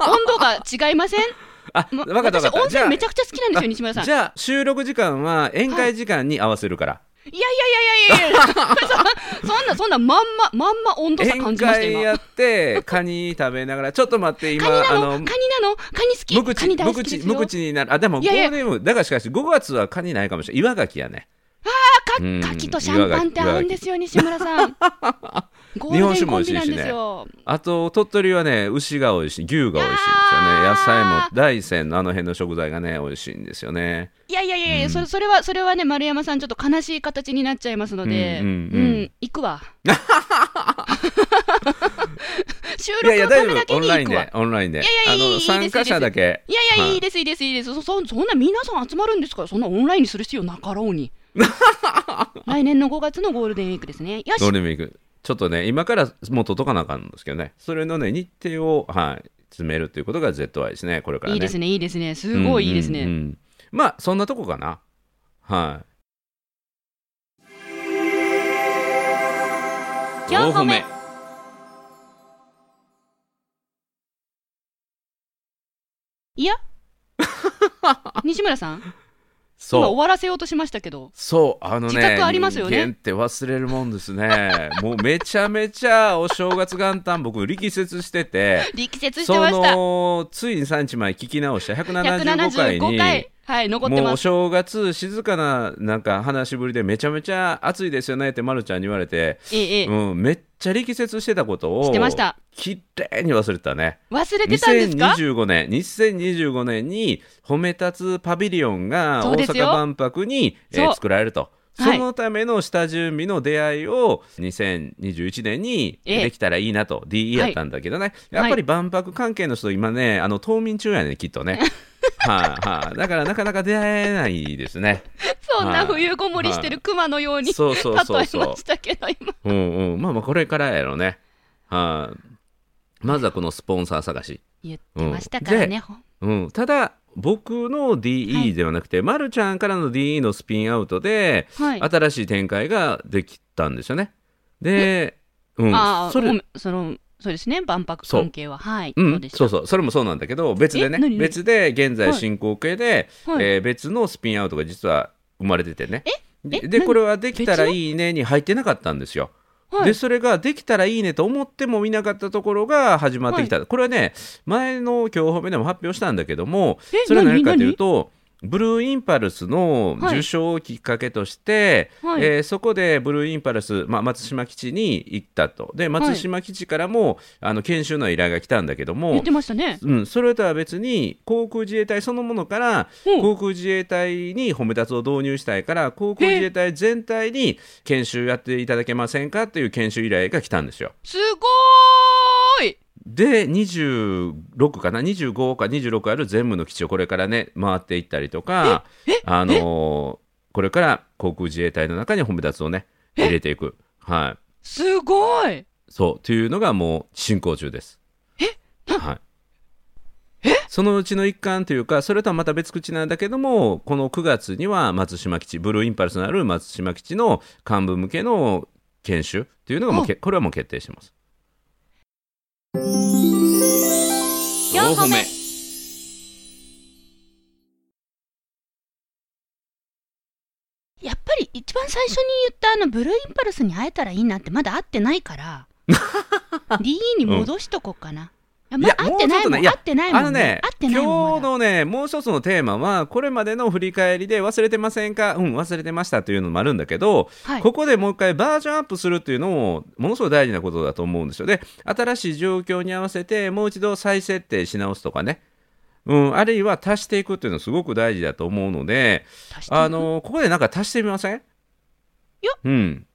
Speaker 1: 温度が違いません、
Speaker 2: うあ
Speaker 1: ま
Speaker 2: 分かった分
Speaker 1: 私
Speaker 2: かった
Speaker 1: 温
Speaker 2: じゃ
Speaker 1: 泉
Speaker 2: あ
Speaker 1: めちゃくちゃ好きなんですよ西村さんい
Speaker 2: じ
Speaker 1: や
Speaker 2: ゃあ収録時間は宴会時間に合わせるから、
Speaker 1: いやいやいやいやそそんなそんなまんままんま温度差感
Speaker 2: 宴
Speaker 1: じました
Speaker 2: 会
Speaker 1: 今
Speaker 2: や ってカニ食べながらちょっと待って今
Speaker 1: カニなの
Speaker 2: あ
Speaker 1: カニなのカニ好き
Speaker 2: 無口
Speaker 1: カニ大
Speaker 2: 無
Speaker 1: 好きで
Speaker 2: 口
Speaker 1: すよ
Speaker 2: 無口になるあでも
Speaker 1: い
Speaker 2: ゴー
Speaker 1: や
Speaker 2: ル
Speaker 1: いや
Speaker 2: デンウィークだからしかし5月はカニないかもしれない岩牡蠣やね
Speaker 1: か
Speaker 2: うん
Speaker 1: 牡蠣とシャンパンって合うんですよ西村さ んゴールデンコンビなんですよ、
Speaker 2: あと鳥取はね牛が美味しい牛が美味しいんです
Speaker 1: い
Speaker 2: よね
Speaker 1: やー
Speaker 2: 野菜も大山のあの辺の食材がね美味しいんですよね
Speaker 1: いやいやいやいや、
Speaker 2: うん
Speaker 1: それそれはそれはね丸山さんちょっと悲しい形になっちゃいますので
Speaker 2: う
Speaker 1: うんん、
Speaker 2: うんうん
Speaker 1: 行く わ収
Speaker 2: いやい
Speaker 1: 録
Speaker 2: や
Speaker 1: のため
Speaker 2: 大丈
Speaker 1: だ
Speaker 2: 夫
Speaker 1: け
Speaker 2: オン
Speaker 1: に
Speaker 2: ライ
Speaker 1: 行
Speaker 2: ン
Speaker 1: くわ
Speaker 2: でオンラインで
Speaker 1: いや
Speaker 2: あ
Speaker 1: いやいい
Speaker 2: の
Speaker 1: です
Speaker 2: 参加者だけ
Speaker 1: いやいや、
Speaker 2: はい
Speaker 1: いです、いいです、いいです。そ、そそんな皆さん集まるんですから、そんなオンラインにする必要なかろうに。来年の5月のゴールデンウィークですね。よし
Speaker 2: ゴー、ルデンウィークちょっとね、今からもう届かなあかんんですけどね、それのね、日程を、はい、詰めるということが ZY ですね、これからね。
Speaker 1: いいですね、いいですね。すごいいいですね。
Speaker 2: うんうんうんまあ、そんなとこかな。はい。
Speaker 3: 今日褒め。
Speaker 1: い や西村さん、今終
Speaker 2: そう。
Speaker 1: わらせようとしましたけど、
Speaker 2: そう、あのね、
Speaker 1: 自覚ありますよね
Speaker 2: 人間って忘れるもんです ね。もうめちゃめちゃお正月元旦、僕、力説してて。
Speaker 1: 力説して
Speaker 2: そ
Speaker 1: ました。
Speaker 2: のついに産地前聞き直した175回
Speaker 1: 175
Speaker 2: に
Speaker 1: 回、はい、残って
Speaker 2: もうお
Speaker 1: ます。
Speaker 2: 正月静かななんか話しぶりでめちゃめちゃ暑いですよねってまるちゃんに言われて、
Speaker 1: ええ、ええ
Speaker 2: うん、めっちゃ力説してたことを
Speaker 1: してました
Speaker 2: きれいに忘れてたね
Speaker 1: 忘れてたんですか
Speaker 2: 2025年2025年に褒め立つパビリオンが
Speaker 1: そう
Speaker 2: 大
Speaker 1: ですよ
Speaker 2: 阪万博に、えー
Speaker 1: そう
Speaker 2: 作られると。
Speaker 1: は
Speaker 2: そ
Speaker 1: い
Speaker 2: のための下準備の出会いを2021年に
Speaker 1: ええ
Speaker 2: できたらいいなと DE やったんだけどね、やっぱり万博関係の人今ねあの冬眠中やねきっと ねはいはいだからなかなか出会えないで すね
Speaker 1: そんな冬ごもりしてる熊のように、
Speaker 2: そうそうそう
Speaker 1: 例え
Speaker 2: そう
Speaker 1: ましたけど、今。
Speaker 2: うんうんまあまあこれからやろねはいまずはこのスポンサー探し
Speaker 1: 言ってましたからね。ほん
Speaker 2: うん、ただ僕の
Speaker 1: は
Speaker 2: DE
Speaker 1: い
Speaker 2: ではなくて、まるちゃんからの DE のスピンアウトで、
Speaker 1: はい。
Speaker 2: 新しい展開ができたんですよね。で、うん、
Speaker 1: ああ、
Speaker 2: それ
Speaker 1: ごめんその、そうですね、万博関係は。はい。
Speaker 2: う
Speaker 1: そうんで、した
Speaker 2: そうそうそれもそうなんだけど別で
Speaker 1: え何
Speaker 2: ね
Speaker 1: 何
Speaker 2: 別で現在
Speaker 1: はい
Speaker 2: 進行形で、
Speaker 1: はい
Speaker 2: えー別のスピンアウトが実は生まれててね
Speaker 1: え
Speaker 2: でで
Speaker 1: 何
Speaker 2: これは「できたらいいね」に入ってなかったんですよ。
Speaker 1: はい
Speaker 2: でそれができたらいいねと思っても見なかったところが始まってきた、これはね前の今日褒めでも発表したんだけども
Speaker 1: え
Speaker 2: それは何
Speaker 1: 何
Speaker 2: かというとブルーインパルスの
Speaker 1: はい
Speaker 2: 受賞をきっかけとして、
Speaker 1: はい
Speaker 2: えーそこでブルーインパルス、まあ、松島基地に行ったとで松島基地からも、あの研修の依頼が来たんだけど
Speaker 1: 言
Speaker 2: も
Speaker 1: って、ましたね。
Speaker 2: うん、それとは別に航空自衛隊そのものから
Speaker 1: ほう
Speaker 2: 航空自衛隊に褒め立つを導入したいから航空自衛隊全体に研修やっていただけませんかっていう研修依頼が来たんですよ。
Speaker 1: すごーい
Speaker 2: で26かな25か26ある全部の基地をこれからね回っていったりとかあのーこれから航空自衛隊の中に褒め立つをね入れていく、は
Speaker 1: すごい
Speaker 2: い、そうというのがもう進行中です。はいそのうちの一環というかそれとはまた別口なんだけどもこの9月には松島基地ブルーインパルスのある松島基地の幹部向けの研修というのがもうけこれはもう決定してます。
Speaker 3: 4個目
Speaker 1: やっぱり一番最初に言ったあのブルーインパルスに会えたらいいなってまだ会ってないから DE に戻しとこうかな、あま
Speaker 2: いや
Speaker 1: 会ってないもん
Speaker 2: もうちょっとねいや
Speaker 1: 会ってないも
Speaker 2: あ
Speaker 1: ん
Speaker 2: のね
Speaker 1: 会っ、てないもん
Speaker 2: 今日
Speaker 1: まだ
Speaker 2: のね、もう一つのテーマは、これまでの振り返りで忘れてませんか、うん、忘れてましたというのもあるんだけど、
Speaker 1: はい
Speaker 2: ここでもう一回バージョンアップするっていうのも、ものすごい大事なことだと思うんですよ。で、新しい状況に合わせて、もう一度再設定し直すとかね、うん、あるいは足していくっていうのはすごく大事だと思うので、
Speaker 1: 足してみる
Speaker 2: あのここでなんか足してみません
Speaker 1: いや
Speaker 2: うん。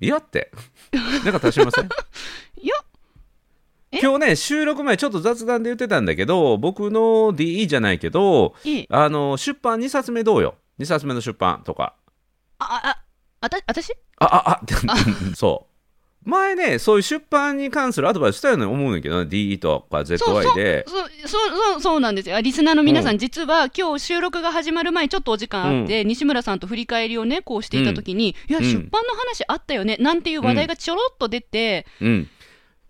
Speaker 2: いやって。 なんか足してません
Speaker 1: いやえ
Speaker 2: 今日ね収録前ちょっと雑談で言ってたんだけど僕の DE じゃないけど
Speaker 1: いい
Speaker 2: あの出版2冊目どうよ2冊目の出版とか
Speaker 1: ああああた私
Speaker 2: あああそう前ねそういう出版に関するアドバイスしたように思うねんだけどね DE とか
Speaker 1: そう
Speaker 2: ZY で
Speaker 1: そうそうそうそうなんですよあリスナーの皆さん、実は今日収録が始まる前ちょっとお時間あって、西村さんと振り返りをねこうしていた時に、いや、
Speaker 2: うん
Speaker 1: 出版の話あったよねなんていう話題がちょろっと出て、
Speaker 2: うん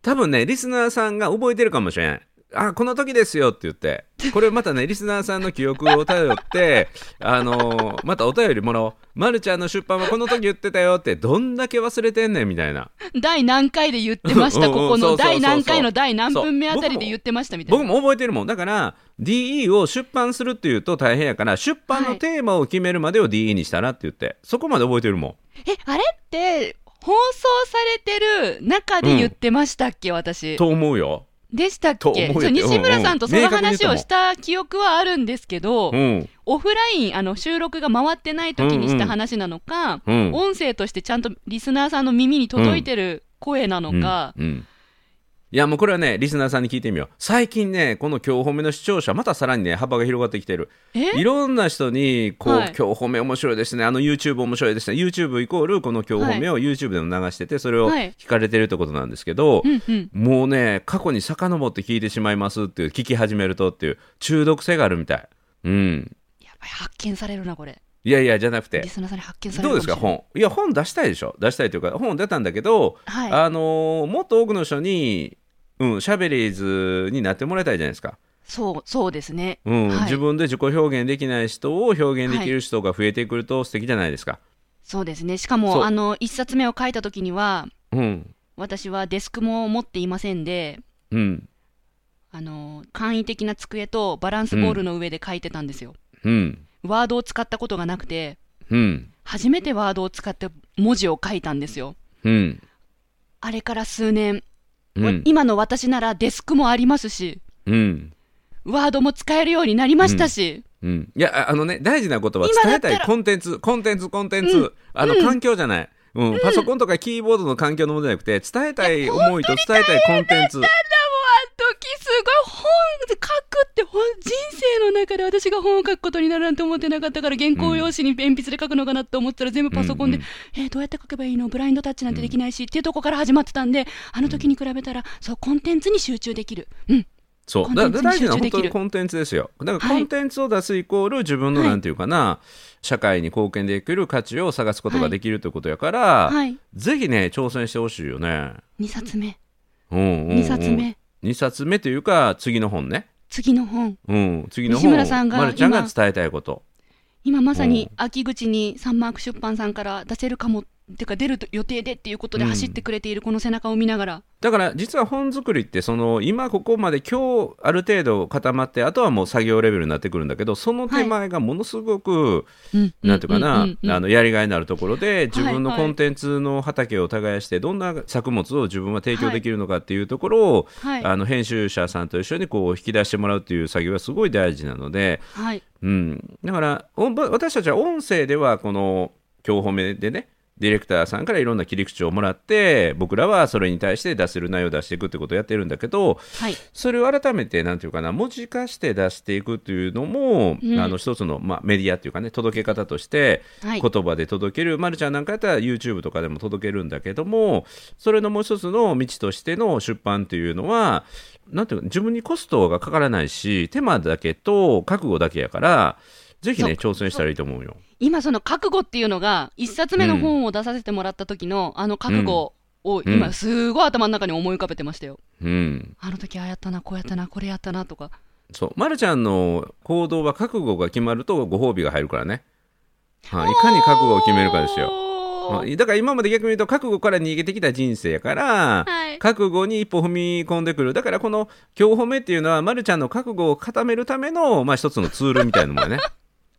Speaker 2: 多分ねリスナーさんが覚えてるかもしれないあこの時ですよって言ってこれまたねリスナーさんの記憶を頼ってあのーまたお便りもらおう「ま、るちゃんの出版はこの時言ってたよ」ってどんだけ忘れてんねんみたいな
Speaker 1: 第何回で言ってました
Speaker 2: うんうん
Speaker 1: ここ
Speaker 2: そうそうそうそ
Speaker 1: の
Speaker 2: う
Speaker 1: 第何回の第何分目あたりで言ってましたみたいな
Speaker 2: 僕も覚えてるもんだから DE を出版するっていうと大変やから出版のテーマを決めるまでを DE にしたらって言って、そこまで覚えてるもん
Speaker 1: え、あれって、放送されてる中で言ってましたっけ、私。
Speaker 2: と思うよ、
Speaker 1: でしたっ
Speaker 2: と
Speaker 1: け
Speaker 2: 思う
Speaker 1: そ
Speaker 2: よ
Speaker 1: う西村さんとそ
Speaker 2: うんう
Speaker 1: の
Speaker 2: ん明確に
Speaker 1: 話
Speaker 2: 言っ
Speaker 1: を
Speaker 2: て
Speaker 1: したた記憶はあるんですけど、
Speaker 2: うん
Speaker 1: オフライン、あの、収録が回ってない時にした話なのか、
Speaker 2: うん、
Speaker 1: 音声としてちゃんとリスナーさんの耳に届いてる声なのか、
Speaker 2: うんうんいやもうこれはねリスナーさんに聞いてみよう最近ねこの今日褒めの視聴者またさらにね幅が広がってきてる
Speaker 1: え
Speaker 2: いろんな人にこう、
Speaker 1: はい
Speaker 2: 今日褒め面白いですねあの YouTube 面白いですね YouTube イコールこの今日褒めを YouTube でも流しててそれを
Speaker 1: はい
Speaker 2: 聞かれてるってことなんですけど、
Speaker 1: うんうん。
Speaker 2: もうね過去に遡って聞いてしまいますっていう聞き始めるとっていう中毒性があるみたいうん
Speaker 1: やばい、発見されるな、これ。
Speaker 2: いやいやじゃなくて
Speaker 1: リスナーさんに発見される
Speaker 2: どうですか
Speaker 1: もしれない
Speaker 2: 本いや本出したいでしょ出したいというか本出たんだけど、
Speaker 1: はい。
Speaker 2: あのーもっと多くの人にうんしゃべりーズになってもらいたいじゃないですか、
Speaker 1: そう、そうですね。
Speaker 2: うん
Speaker 1: はい
Speaker 2: 自分で自己表現できない人を表現できる人が増えてくると素敵じゃないですか、
Speaker 1: そうですね。しか
Speaker 2: そう
Speaker 1: も、あの、一冊目を書いた時には、
Speaker 2: うん
Speaker 1: 私はデスクも持っていませんで、
Speaker 2: うん
Speaker 1: あの、簡易的な机とバランスボールの上で書いてたんですよ。
Speaker 2: うん
Speaker 1: ワードを使ったことがなくて、
Speaker 2: うん
Speaker 1: 初めてワードを使って文字を書いたんですよ。
Speaker 2: うん
Speaker 1: あれから数年、
Speaker 2: う
Speaker 1: わ
Speaker 2: ん
Speaker 1: 今の私ならデスクもありますし、
Speaker 2: うん
Speaker 1: ワードも使えるようになりましたし、
Speaker 2: うんいやああのね大事なことは
Speaker 1: 今
Speaker 2: 伝
Speaker 1: だ
Speaker 2: え
Speaker 1: った
Speaker 2: た
Speaker 1: ら
Speaker 2: いコンテンツコンテンツコンテンツ、
Speaker 1: うん
Speaker 2: あの環境じゃない、うんパソコンとかキーボードの環境のものじゃなくて伝えたい思いと伝えたいコンテンツ
Speaker 1: あの時すごい本書くって本人生の中で私が本を書くことになるなんて思ってなかったから原稿用紙に鉛筆で書くのかなって思ってたら全部パソコンで、
Speaker 2: うん
Speaker 1: えーどうやって書けばいいのブラインドタッチなんてできないし、っていうとこから始まってたんであの時に比べたらそうコンテンツに集中できるうん
Speaker 2: そ
Speaker 1: コ
Speaker 2: う
Speaker 1: ン
Speaker 2: だ
Speaker 1: テン
Speaker 2: だ
Speaker 1: ツ
Speaker 2: 大事な
Speaker 1: に集中で
Speaker 2: 本当
Speaker 1: き
Speaker 2: に
Speaker 1: る
Speaker 2: コンテンツですよだから
Speaker 1: は
Speaker 2: コ
Speaker 1: い
Speaker 2: ンテンツを出すイコール自分の
Speaker 1: はい
Speaker 2: なんていうかな、社会に貢献できる価値を探すことができるということやから、
Speaker 1: はい
Speaker 2: ぜひね挑戦してほしいよね、
Speaker 1: 2冊目
Speaker 2: うんうんうん、
Speaker 1: 2冊目
Speaker 2: 2冊目というか次の本ね、
Speaker 1: 次の本
Speaker 2: うん、次の
Speaker 1: 西
Speaker 2: 本
Speaker 1: 村さんが
Speaker 2: まるちゃんが
Speaker 1: 今
Speaker 2: 伝えたいこと
Speaker 1: 今まさ
Speaker 2: うん
Speaker 1: に秋口にサンマーク出版さんから出せるかもってか出る予定でっていうことで
Speaker 2: うん
Speaker 1: 走ってくれているこの背中を見ながら、
Speaker 2: だから実は本作りってその今ここまで今日ある程度固まってあとはもう作業レベルになってくるんだけどその手前がものすごく、
Speaker 1: うん
Speaker 2: なんていうかな、
Speaker 1: んん
Speaker 2: あのやりがいのあるところで自分の
Speaker 1: はいはい
Speaker 2: コンテンツの畑を耕してどんな作物を自分は提供できるのかっていうところを、
Speaker 1: はい
Speaker 2: あの編集者さんと一緒にこう引き出してもらうっていう作業はすごい大事なので、
Speaker 1: はい
Speaker 2: うん、だからおんば私たちは音声ではこの今日褒めでねディレクターさんからいろんな切り口をもらって僕らはそれに対して出せる内容を出していくってことをやってるんだけど、
Speaker 1: はい
Speaker 2: それを改めてなんていうかな文字化して出していくというのも、
Speaker 1: うん
Speaker 2: あの一つの、まあ、メディアっていうかね届け方として
Speaker 1: はい
Speaker 2: 言葉で届ける、まるちゃんなんかやったら YouTube とかでも届けるんだけどもそれのもう一つの道としての出版っていうのはなんていうか自分にコストがかからないし手間だけと覚悟だけやからぜひね挑戦したらいいと思うよ。
Speaker 1: 今その覚悟っていうのが一冊目の本を出させてもらった時の、あの覚悟を
Speaker 2: う
Speaker 1: 今
Speaker 2: ん
Speaker 1: すごい頭の中に思い浮かべてましたよ、
Speaker 2: うん、
Speaker 1: あの時ああやったなこうやったなこれやったなとか
Speaker 2: そう、ま、るちゃんの行動は覚悟が決まるとご褒美が入るからね、はい、いかに覚悟を決めるかですよ。
Speaker 1: おー
Speaker 2: うんだから今まで逆に言うと覚悟から逃げてきた人生やから、
Speaker 1: はい
Speaker 2: 覚悟に一歩踏み込んでくるだからこの「今日褒め」っていうのは、ま、るちゃんの覚悟を固めるための、まあ、一つのツールみたいなもんやね。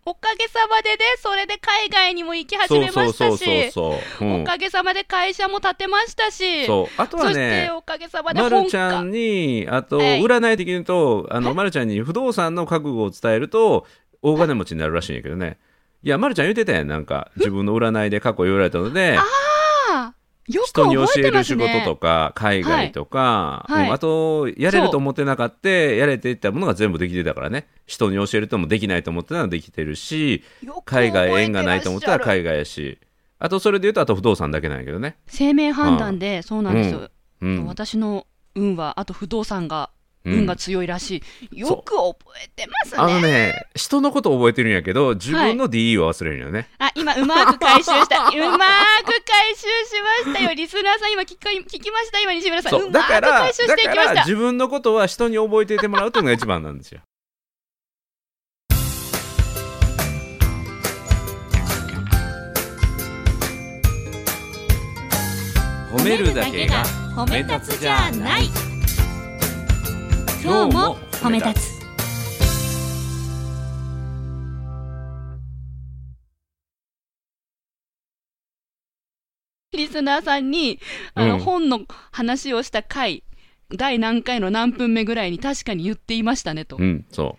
Speaker 1: おかげさまでねそれで海外にも行き 始
Speaker 2: そう
Speaker 1: めま
Speaker 2: そ
Speaker 1: し
Speaker 2: うそ
Speaker 1: た
Speaker 2: うそう
Speaker 1: し
Speaker 2: そう、うん
Speaker 1: おかげさまで会社も建てましたし
Speaker 2: そうあと
Speaker 1: そ
Speaker 2: は
Speaker 1: して
Speaker 2: ね
Speaker 1: おかげさまで
Speaker 2: ま
Speaker 1: 本
Speaker 2: る
Speaker 1: 家
Speaker 2: ちゃんにあと
Speaker 1: はい
Speaker 2: 占い的に言うとあの、ま、るちゃんに不動産の覚悟を伝えると大金持ちになるらしいんやけどね。いや、ま、るちゃん言ってたやんなんか自分の占いで過去言われたので。
Speaker 1: あーよく
Speaker 2: 人に教
Speaker 1: 覚え
Speaker 2: え
Speaker 1: て
Speaker 2: る
Speaker 1: ま
Speaker 2: 仕
Speaker 1: す
Speaker 2: 事
Speaker 1: ね
Speaker 2: とか海外とか、
Speaker 1: はいはい
Speaker 2: うんあとやれると思ってなかったやれていったものが全部できてたからね人に教えるともできないと思ってたのはできてるし
Speaker 1: よく覚え
Speaker 2: 海
Speaker 1: てらっしゃる
Speaker 2: 外縁がないと思ったら海外やしあとそれで言うとあと不動産だけなんやけどね
Speaker 1: 生命判断でそうなんですよ、
Speaker 2: うん、
Speaker 1: 私の運はあと不動産が
Speaker 2: うん
Speaker 1: 運が強いらしい、よく覚えてます
Speaker 2: あの
Speaker 1: ね
Speaker 2: ね人のこと覚えてるんやけど自分の DE は忘れるよね、
Speaker 1: あ今うまく回収したうまく回収しましたよリスナーさん今聞か聞きました今西村さん
Speaker 2: そうう
Speaker 1: ま
Speaker 2: だ
Speaker 1: く
Speaker 2: から
Speaker 1: 回収していき
Speaker 2: だ
Speaker 1: ま
Speaker 2: から
Speaker 1: した
Speaker 2: 自分のことは人に覚えていてもらうというのが一番なんですよ褒めるだけが
Speaker 3: 褒
Speaker 2: め立つじゃない
Speaker 3: 今日も褒め立つ
Speaker 1: リスナーさんにあの、
Speaker 2: うん
Speaker 1: 本の話をした回第何回の何分目ぐらいに確かに言っていましたねと、
Speaker 2: うんそ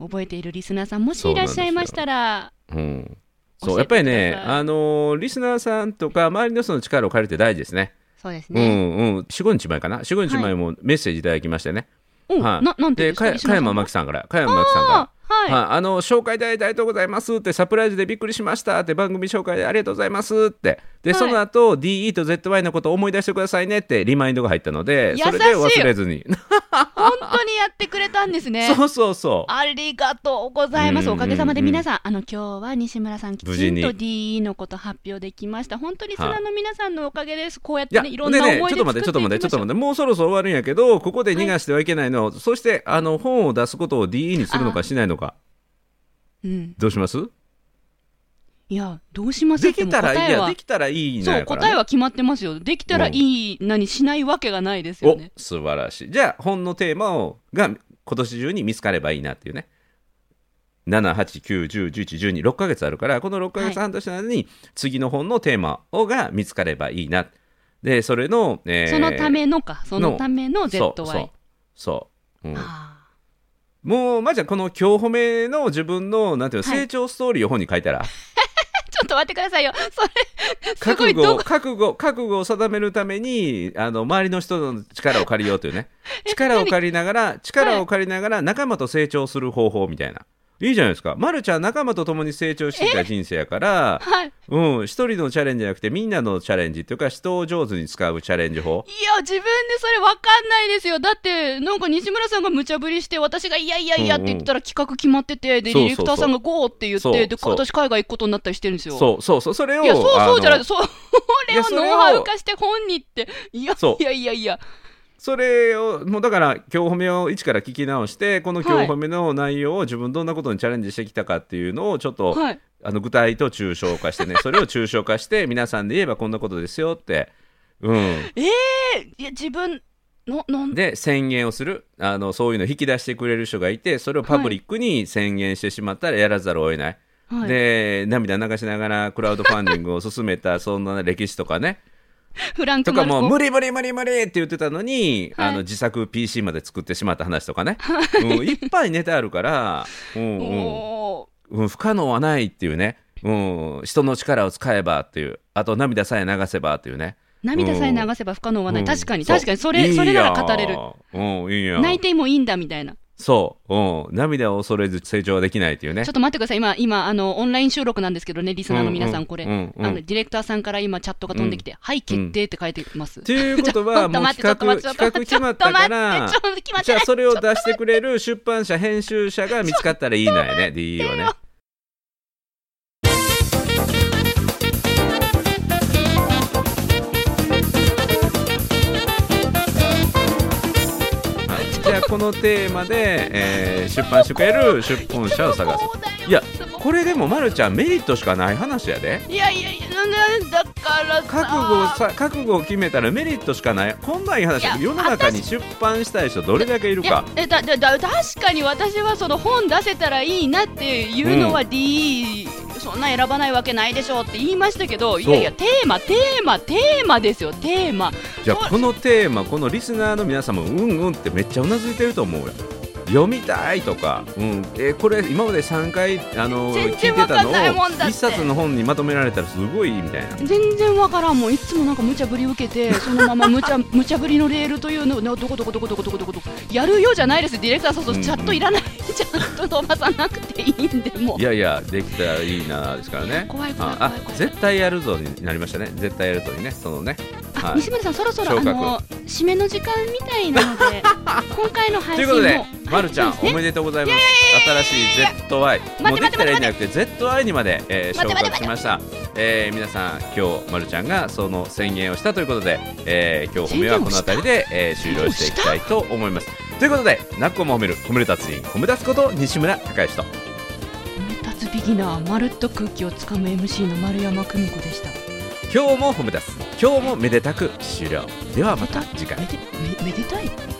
Speaker 1: 覚えているリスナーさんもし
Speaker 2: そう
Speaker 1: い
Speaker 2: な
Speaker 1: ら
Speaker 2: んで
Speaker 1: っ
Speaker 2: す
Speaker 1: し
Speaker 2: よ
Speaker 1: ゃいましたら
Speaker 2: ううんそう
Speaker 1: 教
Speaker 2: や
Speaker 1: え
Speaker 2: っぱ
Speaker 1: て
Speaker 2: り
Speaker 1: ください
Speaker 2: ね、あのーリスナーさんとか周りの人の力を借りるって大事ですね。
Speaker 1: そうです
Speaker 2: う
Speaker 1: ね。
Speaker 2: んうん、45日前かな45日前もメッセージいただきましてね、
Speaker 1: お
Speaker 2: はい
Speaker 1: ななんで
Speaker 2: で
Speaker 1: ですか
Speaker 2: か加山真
Speaker 1: 紀
Speaker 2: 紀さんから加山真紀さんから
Speaker 1: はい。
Speaker 2: はい、あの紹介いただいてありがとうございますってサプライズでびっくりしましたって番組紹介でありがとうございますってで、
Speaker 1: はい
Speaker 2: その後 DE と ZY のことを思い出してくださいねってリマインドが入ったので
Speaker 1: 優しい
Speaker 2: それで忘れずに、
Speaker 1: 本当にやってくれたんですね。
Speaker 2: そうそうそう
Speaker 1: ありがとうございま
Speaker 2: うん
Speaker 1: す。
Speaker 2: うんう
Speaker 1: お
Speaker 2: ん
Speaker 1: かげさまで皆さん、あの今日は西村さんき
Speaker 2: 無
Speaker 1: ち
Speaker 2: 事
Speaker 1: ん
Speaker 2: に
Speaker 1: と DE のこと発表できました。本当にリスナーの皆さんのおかげです。こうやっ
Speaker 2: い
Speaker 1: て
Speaker 2: や
Speaker 1: ね、いろんな思い出
Speaker 2: ちょっと
Speaker 1: 作
Speaker 2: 待
Speaker 1: って
Speaker 2: っ
Speaker 1: い
Speaker 2: て、ちょっと待って、ちょっと
Speaker 1: っ
Speaker 2: 待って、もうそろそろ終わるんやけど、ここで逃がしてはいけないの、そしてあの本を出すことを DE にするのかしないのか、
Speaker 1: て。うん。
Speaker 2: どうします
Speaker 1: いや、どうします
Speaker 2: で
Speaker 1: って
Speaker 2: き
Speaker 1: も
Speaker 2: たらい
Speaker 1: 答
Speaker 2: い
Speaker 1: え
Speaker 2: や、
Speaker 1: は
Speaker 2: できたらいいの
Speaker 1: そ
Speaker 2: や
Speaker 1: う、
Speaker 2: から、
Speaker 1: 答えは決まってますよ。できたらいいなにしないわけがないですよ
Speaker 2: お
Speaker 1: ね。
Speaker 2: 素晴らしいじゃあ本のテーマをが今年中に見つかればいいなっていうね789101112ヶ月あるからこの6ヶ月半年の間に次の本のテーマをが見つかればいいなでそれの、えー
Speaker 1: そのためのか、そのための ZY。
Speaker 2: そうそうそう、うん
Speaker 1: あ
Speaker 2: もうまあ、じゃあこの今日褒めの自分のなんていうの、
Speaker 1: はい
Speaker 2: 成長ストーリーを本に書いたら
Speaker 1: ーちょっと待ってくださいよ。それ、す
Speaker 2: 覚
Speaker 1: ごい
Speaker 2: 悟
Speaker 1: ど
Speaker 2: を
Speaker 1: こ
Speaker 2: 覚悟を覚悟を定めるためにあの周りの人の力を借りようという ね力を借りながら力を借りながら仲間と成長する方法みたいな。いいじゃないですか、ま、るちゃん仲間と共に成長してきた人生やから、
Speaker 1: はい。
Speaker 2: うん、一人のチャレンジじゃなくてみんなのチャレンジっていうか人を上手に使うチャレンジ法
Speaker 1: いや、自分でそれわかんないですよ。だって、なんか西村さんが無茶ぶりして、私がいやいやいやって言ったら企画決まってて、で、
Speaker 2: そうそうそう
Speaker 1: ディレクターさんがゴーって言っ
Speaker 2: そう
Speaker 1: て、で、
Speaker 2: そう
Speaker 1: 私海外行くことになったりしてるんですよ。
Speaker 2: そうそうそうそれを
Speaker 1: いや、そうそうじゃな
Speaker 2: あの
Speaker 1: い。そう、こ
Speaker 2: い
Speaker 1: れ
Speaker 2: や
Speaker 1: を
Speaker 2: それを
Speaker 1: ノウハウ化して本にって。いや
Speaker 2: そう
Speaker 1: いやいやいや。
Speaker 2: それをもうだから今日褒めを一から聞き直してこの今日褒めの内容を自分どんなことにチャレンジしてきたかっていうのをちょっと、
Speaker 1: はい。
Speaker 2: あの具体と抽象 化してねそれを抽象化して皆さんで言えばこんなことですよって、うん、
Speaker 1: えいや、自分の、なん
Speaker 2: で宣言をするあのそういうのを引き出してくれる人がいてそれをパブリックに宣言してしまったらやらざるを得ない、
Speaker 1: はい、
Speaker 2: で涙流しながらクラウドファンディングを進めたそんな歴史とかね
Speaker 1: フランク
Speaker 2: とか
Speaker 1: マル
Speaker 2: もう
Speaker 1: コ
Speaker 2: 無理無理無理無理って言ってたのに、
Speaker 1: はい
Speaker 2: あの自作 PC まで作ってしまった話とかね、うん、いっぱいネタあるから。うんうん
Speaker 1: お
Speaker 2: うん、不可能はないっていうね、うん、人の力を使えばっていうあと涙さえ流せばっていうね、
Speaker 1: ー涙さえ流せば不可能はない、
Speaker 2: うん
Speaker 1: 確かに
Speaker 2: そう
Speaker 1: 確かにそれ
Speaker 2: いい
Speaker 1: それな
Speaker 2: や
Speaker 1: ら語れる
Speaker 2: うんいいや
Speaker 1: 泣いてもいいんだみたいな
Speaker 2: そう、うん、涙を恐れず成長はできないっていうね
Speaker 1: ちょっと待ってください今今あのオンライン収録なんですけどねリスナーの皆さ
Speaker 2: うんうんん
Speaker 1: これ、
Speaker 2: うんうん
Speaker 1: あのディレクターさんから今チャットが飛んできて、はい決定って書いてます、
Speaker 2: ということはもう比
Speaker 1: ちょっと待
Speaker 2: 較
Speaker 1: って
Speaker 2: 比
Speaker 1: ちょっと待って
Speaker 2: 較決まったから
Speaker 1: ちょっと待ってちょっと待ってち
Speaker 2: じ
Speaker 1: ょっと待
Speaker 2: ゃあ
Speaker 1: って
Speaker 2: それを出してくれる出版社編集者が見つかったらいいのよね DE はね。はいじゃあこのテーマで、えー出版してくれる出版社を探す。いやこれでもまるちゃんメリットしかない話やで。
Speaker 1: いやいやいやなんだからさ
Speaker 2: 覚悟をさ覚悟を決めたらメリットしかないこんなんいい話だけど
Speaker 1: いや
Speaker 2: 世の中に出版したい人どれだけいる
Speaker 1: いや
Speaker 2: か
Speaker 1: えだだだ確かに私はその本出せたらいいなっていうのは DE、そんな選ばないわけないでしょうって言いましたけどいやいやテーマテーマテーマですよテーマ
Speaker 2: じゃ
Speaker 1: そ
Speaker 2: あ
Speaker 1: う
Speaker 2: このテーマこのリスナーの皆さんもうんうんってめっちゃうなずいてると思うよ読みたいとか、うんえーこれ今まで3回あの聞
Speaker 1: 全
Speaker 2: いて
Speaker 1: 然わ
Speaker 2: た
Speaker 1: か
Speaker 2: の
Speaker 1: ん
Speaker 2: を
Speaker 1: ないもんだって
Speaker 2: 1冊の本にまとめられたらすごいみたいな
Speaker 1: 全然わからんもういつもなんか無茶ぶり受け てそのまま無茶無茶ぶりのレールというのをどこどこどこどこどこどこどこやるようじゃないですディレクターさんそう
Speaker 2: うん
Speaker 1: チャットいらないチャット飛ばさなくていいんでもう
Speaker 2: いやいやできたらいいなですからね
Speaker 1: 怖い怖い
Speaker 2: あ
Speaker 1: 怖い
Speaker 2: あ
Speaker 1: 怖い
Speaker 2: 絶対やるぞになりましたね絶対やるぞにねそのね
Speaker 1: あ
Speaker 2: はい
Speaker 1: 西村さんそろそろ
Speaker 2: 昇
Speaker 1: あ
Speaker 2: 格
Speaker 1: の締めの時間みたいなの で今回の配
Speaker 2: とい
Speaker 1: 信
Speaker 2: う
Speaker 1: も
Speaker 2: ことで、ま
Speaker 1: はい
Speaker 2: るちゃん、
Speaker 1: そうで
Speaker 2: お
Speaker 1: すね
Speaker 2: めでとうございます。新しい ZY、も
Speaker 1: 待
Speaker 2: う
Speaker 1: って
Speaker 2: できたらいいん
Speaker 1: 待
Speaker 2: じゃなくて ZI にまで、えー、
Speaker 1: 待
Speaker 2: 昇
Speaker 1: って待って
Speaker 2: 格しました。えー、皆さん、今日まるちゃんがその宣言をしたということで、えー、今日褒めはこの辺りで、えー、終了していきたいと思います。ということで、なっこも褒める、褒める達人、褒め立つこと西村孝之と。
Speaker 1: 立つビギナーまるっと空気をつかむ MC の丸山久美子でした
Speaker 2: 今日も褒め立つ、今日もめでたく終了。ではまた次回
Speaker 1: め。でめめでたい